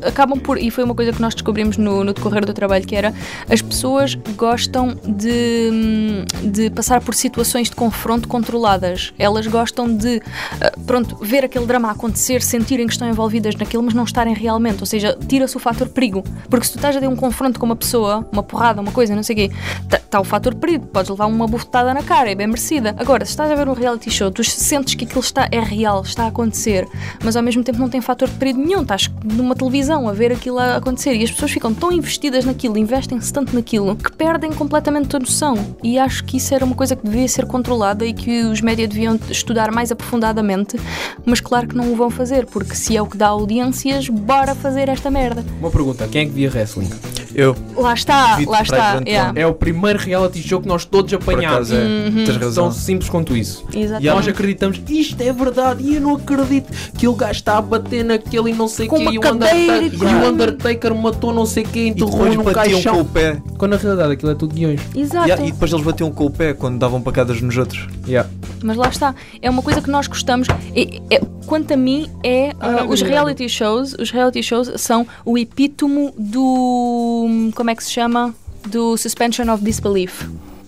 eh, acabam por. E foi uma coisa que nós descobrimos no, no decorrer do trabalho: que era as pessoas gostam de, hum, de passar por situações de confronto controladas. Elas gostam de, eh, pronto, ver aquele drama acontecer, sentirem que estão envolvidas naquilo, mas não estarem realmente. Ou seja, tira-se o fator perigo. Porque se tu estás a ter um confronto com uma pessoa, uma porrada, uma coisa, não sei o quê, está o fator perigo. Podes levar uma bufetada na cara, é bem merecida. Agora, se estás a ver um reality show, tu sentes que aquilo está, é real, está a acontecer, mas ao mesmo tempo não tem fator de perigo nenhum. Estás numa televisão a ver aquilo a acontecer e as pessoas ficam tão investidas naquilo, investem-se tanto naquilo, que perdem completamente a noção. E acho que isso era uma coisa que devia ser controlada e que os média deviam estudar mais aprofundadamente, mas claro que não o vão fazer, porque se é o que dá audiências, bora fazer esta merda.
Uma pergunta: quem é que via wrestling?
Tá.
Eu,
Lá está,
Vito
lá
Pereira
está.
António.
Yeah.
É o primeiro reality show que nós todos
por
apanhámos.
acaso, é.
Hum. Uhum.
tens razão.
Tão simples quanto isso.
Exatamente.
Nós acreditamos, isto é verdade, e eu não acredito que o gajo está a bater naquele e não sei
Com
quê,
uma
e o,
cadeira,
Undertaker,
com-
e o Undertaker matou não sei quem,
E depois
enterrou num
batiam com
caixão.
o pé.
Quando na realidade aquilo é tudo guiões.
Exato.
Yeah, e depois eles batiam com o pé quando davam pacadas nos outros.
Yeah.
Mas lá está, é uma coisa que nós gostamos. E- e- quanto a mim, é uh,
Ah,
os
obrigado.
reality shows. Os reality shows são o epítome do como é que se chama do suspension of disbelief.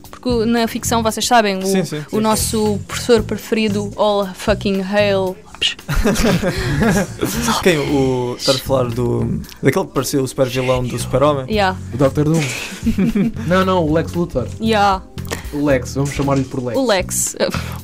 Porque na ficção vocês sabem o,
Sim, sim.
o nosso professor preferido all fucking hail.
Quem? O. Estar a falar do. Daquele que parecia o super vilão do Super-Homem?
Yeah,
O Dr. Doom. não, não, o Lex Luthor.
yeah.
Lex, vamos chamar-lhe por Lex.
O Lex,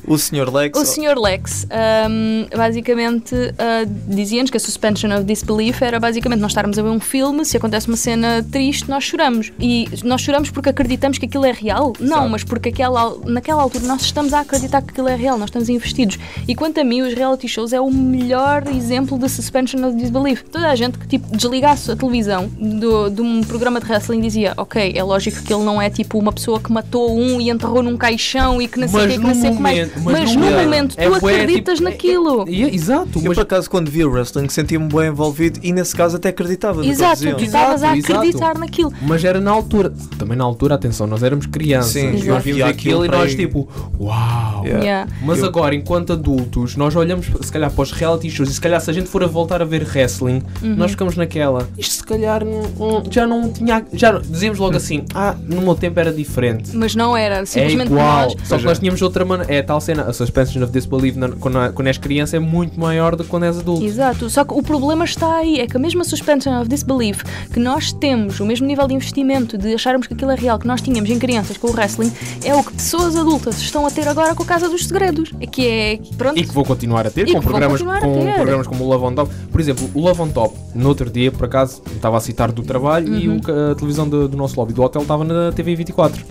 O senhor Lex.
O Sr. Lex ahm, basicamente ah, dizia-nos que a suspension of disbelief era basicamente nós estarmos a ver um filme, se acontece uma cena triste, nós choramos. E nós choramos porque acreditamos que aquilo é real? Não, mas porque aquela al- naquela altura nós estamos a acreditar que aquilo é real, nós estamos investidos. E quanto a mim, os reality shows é o melhor exemplo de suspension of disbelief. Toda a gente que tipo, desligasse a televisão do, de um programa de wrestling dizia: Ok, é lógico que ele não é tipo uma pessoa que matou um e enterrou num caixão e que não sei o
Mas
que, que
no
não sei o é que mais.
momento- mas
Mas,
no
no
momento,
momento tu
é bué,
acreditas
tipo, é-
naquilo.
E- exato,
Eu,
mas
por acaso, quando via wrestling, sentia-me bem envolvido e, nesse caso, até acreditava no que eles
Exato,
diziam.
tu estavas a
Exato,
acreditar
exato.
naquilo.
Mas era na altura. Também na altura, atenção, nós éramos crianças.
Sim,
nós
eu
vimos
via
aquilo
aquilo
e
para
nós
aí.
tipo, uau!
Yeah.
Yeah.
Mas
Eu-
agora, enquanto adultos, nós olhamos se calhar para os reality shows e se calhar se a gente for a voltar a ver wrestling,
Uhum.
nós ficamos naquela. Isto se calhar hum, hum, já não tinha. Já não- dizíamos logo assim, ah, no meu tempo era diferente.
Mas não era,
É
simplesmente
igual,
nós.
só que nós tínhamos outra maneira. É tal cena, a suspension of disbelief na- quando, quando és criança é muito maior do que quando és adulto.
Exato, só que o problema está aí, é que a mesma suspension of disbelief que nós temos, o mesmo nível de investimento de acharmos que aquilo é real que nós tínhamos em crianças com o wrestling, é o que pessoas adultas estão a ter agora com a Casa dos Segredos. É que é, pronto,
E que vou continuar a ter,
E que
com,
vou
programas,
continuar a
com
ter.
programas como o Love on Top. Por exemplo, o Love on Top, no outro dia, por acaso, estava a citar do trabalho
Uhum.
e o ca- a televisão do, do nosso lobby do hotel estava na TV 24.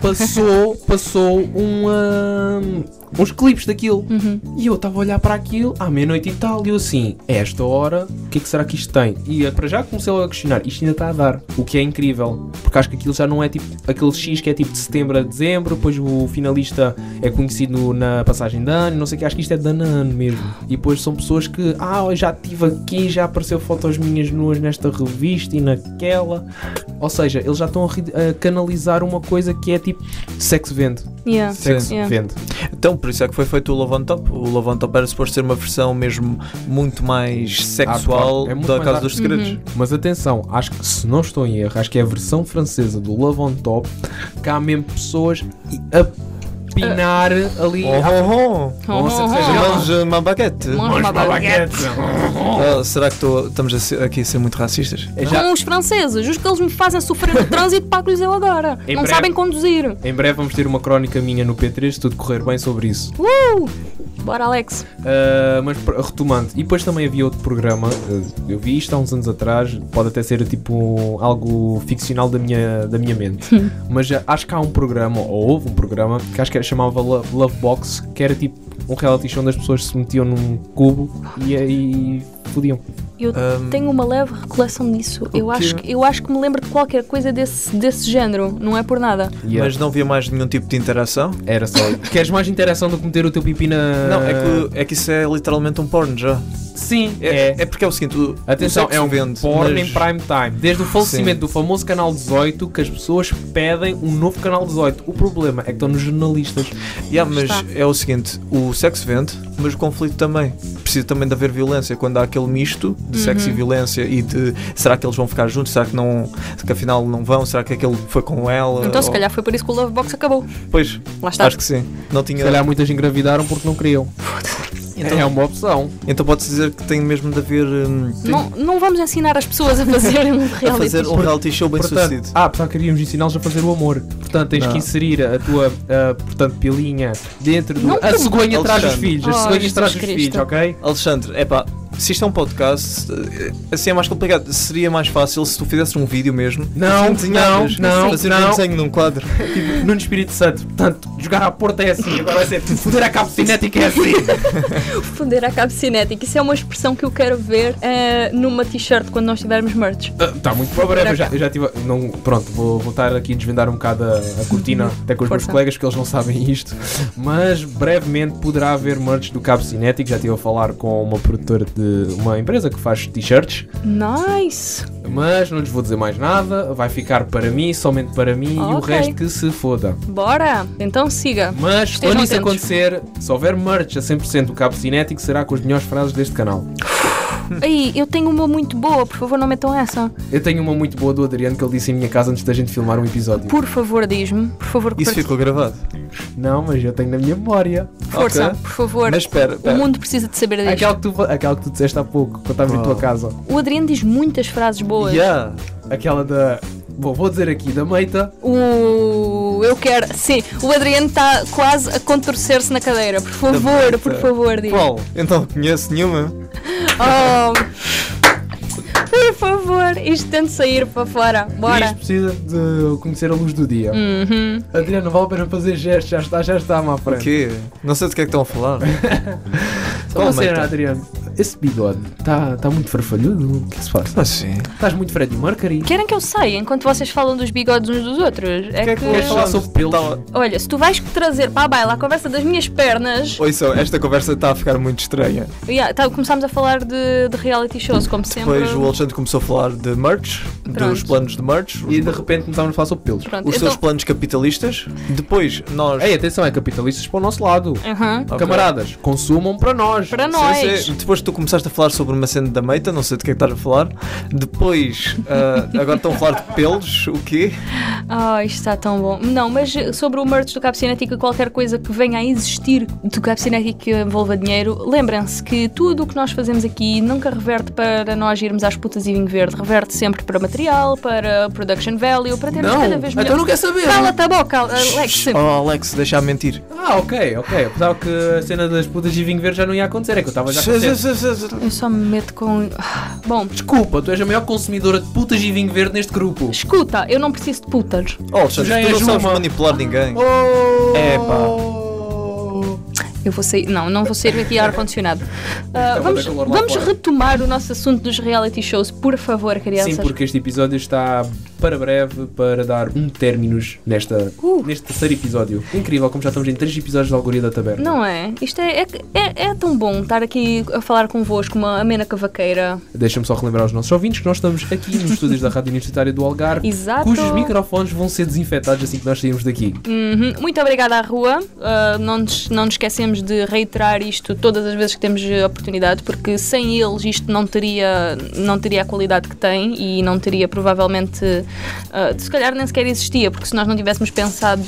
Passou, passou um, ahm, uns clipes daquilo.
Uhum.
E eu estava a olhar para aquilo à meia-noite e tal, e eu assim, "A esta hora, o que é que será que isto tem? E eh, para já comecei logo a questionar, isto ainda está a dar, o que é incrível, porque acho que aquilo já não é tipo aquele X que é tipo de setembro a dezembro, depois o finalista é conhecido no- na passagem de ano, não sei o que, acho que isto é de ano a ano mesmo. E depois são pessoas que, ah, eu já estive aqui, já apareceu fotos minhas nuas nesta revista e naquela. Ou seja, eles já estão a, ri- a canalizar uma coisa que é tipo sexo vende,
yeah.
sexo
Yeah.
vende.
Então, por isso é que foi feito o Love on Top. O Love on Top era suposto ser uma versão mesmo muito mais sexual
Hardcore. É muito
da
mais
Casa
hard-
dos Segredos.
Mas atenção, acho que se não estou em erro, acho que é a versão francesa do Love on Top que há mesmo pessoas a pinar ali.
Oh, oh, oh.
Oh,
Nossa,
oh,
que
oh.
seja
Mange uma baguete.
Mange uma baguete.
Ah, será que tô- estamos a ser- aqui a ser muito racistas?
É já-
oh. Com os franceses, os que eles me fazem sofrer no trânsito, pago-lhes eu agora.
Em
não
breve.
sabem conduzir.
Em breve vamos ter uma crónica minha no P3, se tudo correr bem sobre isso.
Uh! Bora, Alex.
Uh, mas pr- retomando, e depois também havia outro programa, uh, eu vi isto há uns anos atrás, pode até ser tipo algo ficcional da minha, da minha mente, mas uh, acho que há um programa, ou houve um programa, que acho que era- chamava Lo- Love Box, que era tipo um reality show onde as pessoas se metiam num cubo e aí fodiam.
Eu
Ahm.
tenho uma leve recolheção disso. Eu
quê?
acho, que- eu acho que me lembro de qualquer coisa desse, desse género. Não é por nada.
Yeah.
Mas não havia mais nenhum tipo de interação?
Era só. Queres mais interação do que meter o teu pipi na.
Não, é que, é que isso é literalmente um porno já.
Sim,
É, é porque é o seguinte: o,
Atenção,
o sexo
é um
vende,
porno
mas-
em prime time. Desde o falecimento
Sim.
do famoso Canal 18 que as pessoas pedem um novo Canal 18. O problema é que estão nos jornalistas.
Yeah, mas
Está.
é o seguinte, o sexo vende, mas o conflito também. Precisa também de haver violência. Quando há aquele misto de sexo e
Uhum.
violência e de será que eles vão ficar juntos, será que não, que afinal não vão, será que aquele foi com ela?
Então, se
Ou-
calhar, Tá. foi por isso que o Love Box acabou.
Pois,
Lá está.
Oh. acho que sim. Não tinha...
Se calhar muitas engravidaram porque não queriam.
Então-
é uma opção.
Então pode-se dizer que tem mesmo de haver hum,
Não, não vamos ensinar as pessoas a fazerem um
a
reality
fazer um
show.
reality show bem
Portanto,
sucedido.
ah, pessoal, queríamos ensiná-los a fazer o amor. Portanto, tens
Não.
que inserir a tua, ah, portanto, pilinha dentro do...
Não
a cegonha traz os
Alexandre.
filhos. As
Oh,
cegonhas traz os
Jesus
filhos,
Cristo.
ok?
Alexandre, é pá, se isto é um podcast, eh, assim é mais complicado. Seria mais fácil se tu fizesse um vídeo mesmo.
Não,
Desenhavas,
não, não,
fazer
não.
um desenho num quadro.
Tipo, Nuno Espírito Santo. Portanto, jogar à porta é assim. Agora vai ser foder a cabo cinética é assim.
um-
Foder à cabo cinética. Isso é uma expressão que eu quero ver eh, numa t-shirt quando nós tivermos merch.
Está Ah, tá muito para breve, eu já, eu já tive. a- Não, pronto, vou voltar aqui a desvendar um bocado a, a cortina, até com os meus
Força.
colegas, porque eles não sabem isto. Mas brevemente poderá haver merch do Cabo Cinético. Já estive a falar com uma produtora de uma empresa que faz t-shirts,
Nice!
mas não lhes vou dizer mais nada. Vai ficar para mim, somente para mim, e o
Ok.
resto que se foda.
Bora! Então siga.
Mas
Estejam
quando isso
atentos.
acontecer, se houver merch a 100% do Cabo Cinético, será com as melhores frases deste canal.
Hum.
Aí, eu tenho uma muito boa, por favor, não metam essa.
Eu tenho uma muito boa do Adriano que ele disse em minha casa antes da gente filmar um episódio.
Por favor, diz-me. Por favor, que
Isso
parti-
ficou gravado.
Não, mas eu tenho na minha memória.
força,
Ok.
por favor.
Mas espera, espera.
O mundo precisa de saber disto.
Aquela que, tu, aquela que tu disseste há pouco, quando estavas em tua casa.
O Adriano diz muitas frases boas.
Yeah.
Aquela da. Bom, vou dizer aqui, da Meita.
O quero, eu quero. Sim, o Adriano está quase a contorcer-se na cadeira. Por favor, por favor, diga.
Qual? Então, conheço nenhuma?
Oh. Por favor, isto tem de sair para fora. Bora.
Isto precisa de conhecer a luz do dia.
Uhum.
Adriano, não vale a pena fazer gestos, já está, já está à
O
frente.
quê? Não sei do que é que estão a falar.
Qual
Comenta.
será, Adriano? Esse bigode está tá muito farfalhudo? O que é que se faz?
Mas sim.
Estás muito Freddie Mercury?
Querem que eu saia enquanto vocês falam dos bigodes uns dos outros? É
que
Queres falar sobre pelos?
Olha, se tu vais trazer para a baila a conversa das minhas pernas.
Oi, só, Tá, esta conversa está a ficar muito estranha.
Yeah, tá, começámos a falar de, de reality shows, como sempre.
Depois o Alexandre começou a falar de merch, dos
Pronto.
planos de merch,
E de repente começaram a falar sobre pelos.
Pronto,
os
então-
seus planos capitalistas. Depois nós.
Ei, atenção, é capitalistas para o nosso lado.
Aham.
Ok.
Camaradas, consumam para nós.
Para nós.
Sim, sim. Depois tu começaste a falar sobre uma cena da meita, não sei do que é que estás a falar. Depois, ah, agora estão a falar de pelos, o quê?
Ah, isto está tão bom. Não, mas eh, sobre o merch do Cabo Cinética, qualquer coisa que venha a existir do Cabo Cinética que envolva dinheiro, lembrem-se que tudo o que nós fazemos aqui nunca reverte para nós irmos às putas e vinho verde. Reverte sempre para material, para production value, para termos
Não,
cada vez melhor.
então não quer saber.
Cala-te a boca, Alex.
Oh, Alex, deixa a mentir.
Ah, ok, ok. Eu pensava que a cena das putas e vinho verde já não ia acontecer, é que eu estava já a acontecer.
Sim,
Eu só me meto com. Ah, Bom,
Desculpa, tu és a maior consumidora de putas e vinho verde neste grupo.
escuta, eu não preciso de putas.
Oh,
Já
Alexandre, tu
és
não sabes
uma.
manipular ninguém.
Oh!
Epá.
Eu vou sair. Não, não vou sair aqui ar-condicionado. Ah,
Tá, vou
vamos
dar calor lá
vamos
fora.
retomar o nosso assunto dos reality shows, por favor, crianças.
Sim, porque este episódio está para breve para dar um términos nesta,
Uh.
neste terceiro episódio. Incrível, como já estamos em três episódios da Algoria da Taberna.
Não é? Isto é, é, é, é tão bom estar aqui a falar convosco, uma amena cavaqueira.
Deixa-me só relembrar aos nossos ouvintes que nós estamos aqui nos estúdios da Rádio Universitária do Algarve,
Exato.
cujos microfones vão ser desinfetados assim que nós sairmos daqui.
Uhum. Muito obrigada à rua. Ah, não, nos, não nos esquecemos de reiterar isto todas as vezes que temos eh, oportunidade, porque sem eles isto não teria, não teria a qualidade que tem e não teria provavelmente. ah, se calhar nem sequer existia, porque se nós não tivéssemos pensado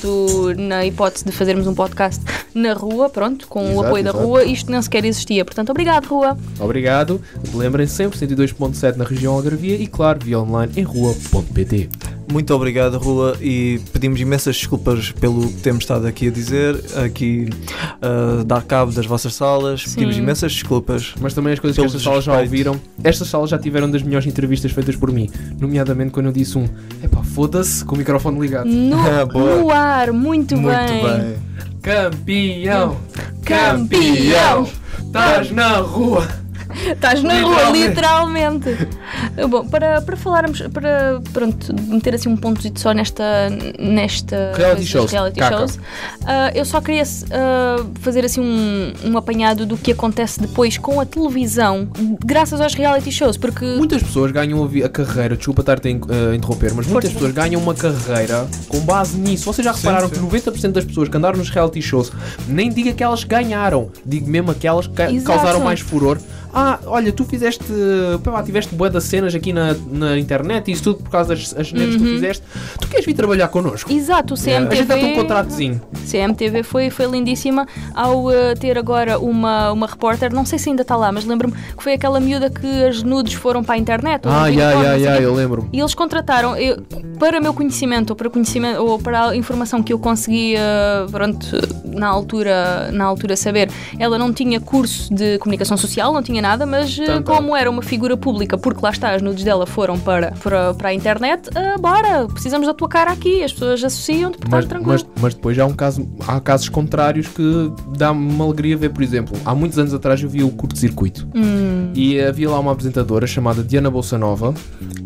na hipótese de fazermos um podcast na rua, pronto, com o
Exato,
apoio da
exato.
rua, isto nem sequer existia. Portanto, obrigado, rua.
Obrigado. Lembrem sempre 102.7 na região Algarvia e, claro, via online em rua.pt.
Muito obrigado, Rua, e pedimos imensas desculpas pelo que temos estado aqui a dizer, aqui a dar cabo das vossas salas. Pedimos
Sim.
imensas desculpas.
Mas também as coisas
Pelo
que estas salas já
desrespeito.
ouviram, estas salas já tiveram das melhores entrevistas feitas por mim. Nomeadamente quando eu disse um, epá, foda-se, com o microfone ligado.
No,
Ah, boa.
no ar, muito,
Campeão!
Campeão!
Estás na rua!
Estás na rua,
Literalmente.
literalmente. Bom, para, para falarmos, para pronto, meter assim um ponto só nesta. nesta
Reality
coisa dos
shows,
reality
caca.
shows, ah, eu só queria ah, fazer assim um, um apanhado do que acontece depois com a televisão, graças aos reality shows, porque.
Muitas pessoas ganham a vi- a carreira, desculpa estar-te a in- a interromper, mas muitas
Força.
pessoas ganham uma carreira com base nisso. Vocês já repararam
sim.
que 90% das pessoas que andaram nos reality shows, nem diga que elas ganharam, digo mesmo aquelas que ca-
Exato.
causaram mais puror. Ah, olha, tu fizeste, pá, lá, tiveste bué das cenas aqui na, na internet e isso tudo por causa das as cenas que tu
Uhum.
fizeste. Tu queres vir trabalhar connosco?
Exato, o
A gente
CMTV.
dá-te um contratozinho.
CMTV foi, foi lindíssima ao eh, ter agora uma, uma repórter, não sei se ainda está lá, mas lembro-me que foi aquela miúda que as nudes foram para a internet. ou
Ah,
um unicórnio, não sei o quê.
lembro-me.
E eles contrataram, eu- para meu conhecimento ou para, conhecimento, ou para a informação que eu consegui eh, pronto, na, altura, na altura saber, ela não tinha curso de comunicação social, não tinha nada, mas eh,
Tanto.
como era uma figura pública, porque lá está, as nudes dela foram para, para, para a internet, eh, bora, precisamos da tua cara aqui, as pessoas associam-te, portanto,
Mas,
tranquilo.
mas, mas depois há, um caso, há casos contrários que dá-me uma alegria ver, por exemplo, há muitos anos atrás eu vi o curto-circuito
Hum,
e havia lá uma apresentadora chamada Diana Bolsanova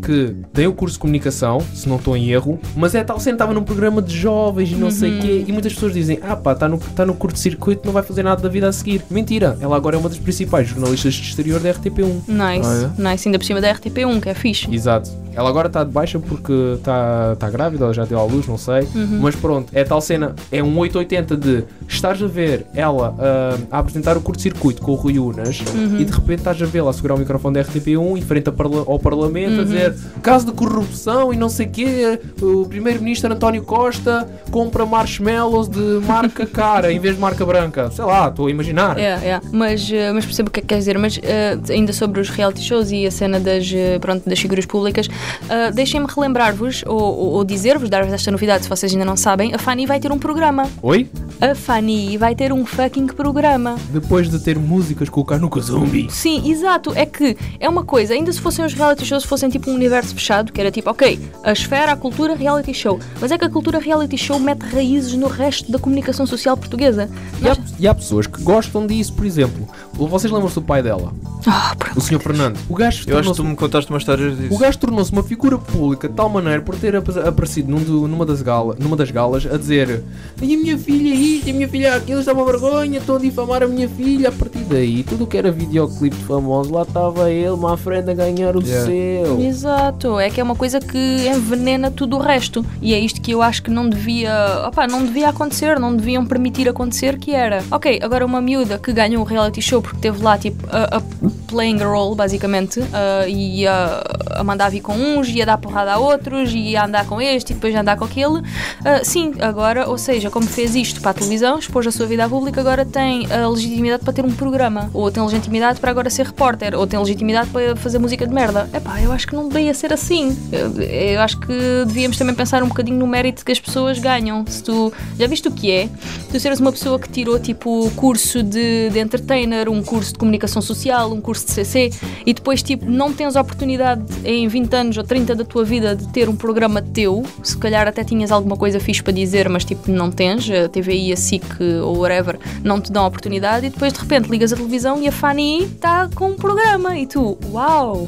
que tem o curso de comunicação, se não estou em erro, mas é tal cena, estava num programa de jovens e não sei o
Uhum.
quê, e muitas pessoas dizem, ah pá, está no, tá no curto-circuito, não vai fazer nada da vida a seguir. Mentira, ela agora é uma das principais jornalistas de exterior da RTP1.
nice,
Ah,
é?
nice, ainda por cima da RTP1, que é fixe.
Exato. Ela agora está de baixa porque está tá grávida, ela já deu à luz, não sei. Mas pronto, é tal cena, é um 880 de estás a ver ela ah, a apresentar o curto-circuito com o Rui Unas e de repente estás a vê-la a segurar o microfone da RTP1 em frente a parla- ao Parlamento a dizer caso de corrupção e não sei quê, o Primeiro-Ministro António Costa compra marshmallows de marca cara em vez de marca branca. Sei lá, estou a imaginar.
É, é. Mas, eh, mas percebo o que é que queres dizer. Mas eh, ainda sobre os reality shows e a cena das, eh, pronto, das figuras públicas, Ah, Deixem-me relembrar-vos, ou, ou- ou dizer-vos, dar-vos esta novidade se vocês ainda não sabem, a Fanny vai ter um programa.
Oi?
A Fanny vai ter um fucking programa.
Depois de ter músicas com o Canuca Zombie.
Sim, exato. É que é uma coisa, ainda se fossem os reality shows, se fossem tipo um universo fechado, que era tipo, ok, a esfera, a cultura, reality show. Mas é que a cultura reality show mete raízes no resto da comunicação social portuguesa.
E há, e há pessoas que gostam disso, por exemplo. Vocês lembram-se do pai dela,
Ah, por-
o Sr. Fernando? O gajo
Eu acho que
tornou-se
tu me contaste uma história disso.
O gajo tornou-se uma figura pública de tal maneira por ter apa- aparecido num do- numa, das gala- numa das galas a dizer E a minha filha é isto, e a minha filha é aquilo, está uma vergonha, estão a difamar a minha filha. A partir daí, tudo o que era videoclipe famoso, lá estava ele, uma à frente a ganhar o
Yeah.
seu.
Exato, é que é uma coisa que envenena tudo o resto. E é isto que eu acho que não devia, opá, não devia acontecer, não deviam permitir acontecer que era. OK, agora uma miúda que ganhou um reality show porque teve lá tipo a, a playing a role basicamente, ah, e a, a mandar vir com uns e a dar porrada a outros e a andar com este e depois a andar com aquele. Ah, sim, agora, ou seja, como fez isto para a televisão, expôs a sua vida à pública, agora tem a legitimidade para ter um programa, ou tem legitimidade para agora ser repórter, ou tem legitimidade para fazer música de merda. É Epá, eu acho que não devia ser assim. Eu, eu acho que devíamos também pensar um bocadinho no mérito que as pessoas ganham. Se tu já viste o que é, tu seres uma pessoa que tirou tipo curso de, de entertainer, um curso de comunicação social, um curso de CC, e depois tipo não tens a oportunidade em 20 anos ou 30 da tua vida de ter um programa teu, se calhar até tinhas alguma coisa fixe para dizer, mas tipo não tens, a TVI, a SIC ou whatever não te dão a oportunidade e depois de repente ligas a televisão e a Fanny está com um programa e tu, uau!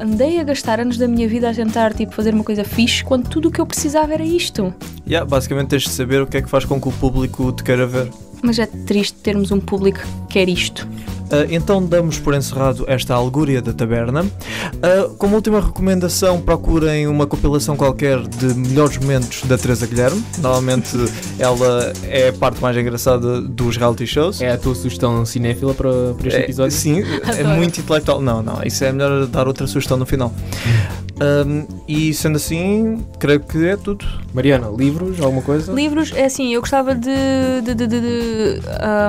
Andei a gastar anos da minha vida a tentar tipo, fazer uma coisa fixe quando tudo o que eu precisava era isto.
Yeah, basicamente tens de saber o que é que faz com que o público te queira ver.
Mas é triste termos um público que quer isto.
Ah, então damos por encerrado esta Alguria da Taberna. Ah, como última recomendação, procurem uma compilação qualquer de melhores momentos da Teresa Guilherme. Normalmente ela é a parte mais engraçada dos reality shows.
É a tua sugestão cinéfila para, para este
É,
episódio?
sim, é
Adoro.
muito intelectual. Não, não, isso é melhor dar outra sugestão no final. Ahm, e sendo assim, creio que é tudo.
Mariana, livros, alguma coisa?
Livros, é assim, eu gostava de, de, de- de- de,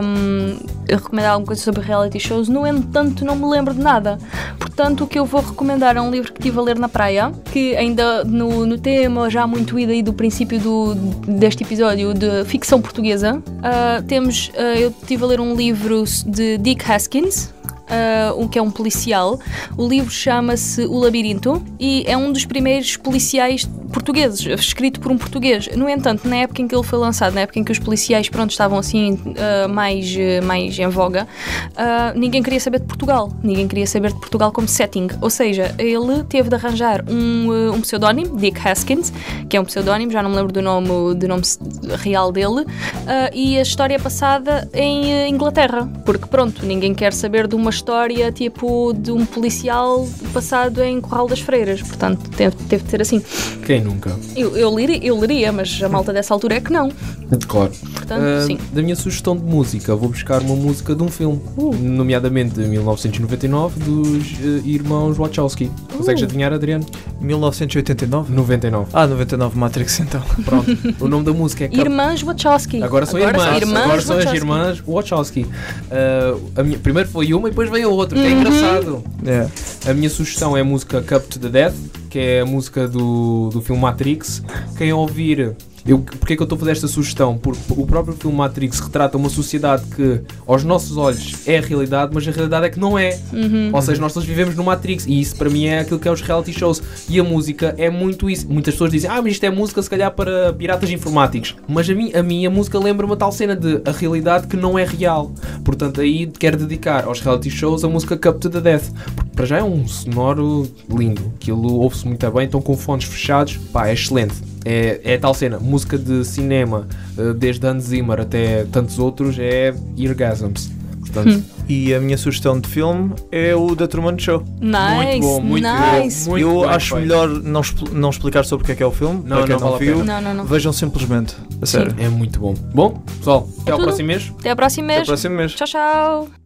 hum, recomendar alguma coisa sobre reality shows, no entanto, não me lembro de nada. Portanto, o que eu vou recomendar é um livro que estive a ler na praia, que ainda no, no tema, já muito ido aí do princípio do, deste episódio, de ficção portuguesa, ah, temos, ah, eu estive a ler um livro de Dick Haskins, ah, um que é um policial. O livro chama-se O Labirinto e é um dos primeiros policiais portugueses, escrito por um português. No entanto, na época em que ele foi lançado, na época em que os policiais pronto, estavam assim ah, mais, eh, mais em voga, ah, ninguém queria saber de Portugal. Ninguém queria saber de Portugal como setting. Ou seja, ele teve de arranjar um, eh, um pseudónimo, Dick Haskins, que é um pseudónimo, já não me lembro do nome, do nome s- real dele, ah, e a história é passada em eh, Inglaterra, porque pronto, ninguém quer saber de uma história tipo de um policial passado em Corral das Freiras, portanto teve, teve de ser assim.
Quem nunca?
Eu, eu, leri- eu leria, mas a malta dessa altura é que não,
Claro.
portanto
Ah,
sim.
Da minha sugestão de música, vou buscar uma música de um filme, nomeadamente de 1999, dos eh, irmãos Wachowski. Consegues adivinhar, Adriano?
1989?
99.
Ah, 99 Matrix então.
Pronto. o nome da música é Cam-
Irmãs Wachowski.
Agora são irmãs. Agora são as
Wachowski.
irmãs Wachowski. Ah, a minha, primeiro foi uma e depois veio a outra, que é engraçado.
É.
A minha sugestão é a música Cup to the Death, que é a música do, do filme Matrix. Quem ouvir. Eu, porque é que eu estou a fazer esta sugestão? Porque o próprio filme Matrix retrata uma sociedade que, aos nossos olhos, é a realidade, mas a realidade é que não é. Ou seja, nós todos vivemos no Matrix e isso para mim é aquilo que é os reality shows. E a música é muito isso. Muitas pessoas dizem, ah, mas isto é música se calhar para piratas informáticos. Mas a mim, a, mim, a música lembra-me a tal cena de a realidade que não é real. Portanto, aí quero dedicar aos reality shows a música Cup to the Death. Porque para já é um sonoro lindo. Aquilo ouve-se muito bem, estão com fones fechados. Pá, é excelente. É, é tal cena, música de cinema, eh, desde Hans Zimmer até tantos outros, é Irgasms. Portanto,
E a minha sugestão de filme é o da Truman Show.
Hum. Nice,
muito bom, muito
nice.
bom. Muito
Eu
bem
acho
feito.
melhor não, expl- não explicar sobre o que é que é o filme,
Não,
para quem
não
não,
vale a
viu.
Não, não, não.
Vejam simplesmente, a sério.
É muito bom. Bom, pessoal, até ao
tudo.
próximo mês.
Até a próxima
Até o
mês.
próximo mês.
Tchau, tchau.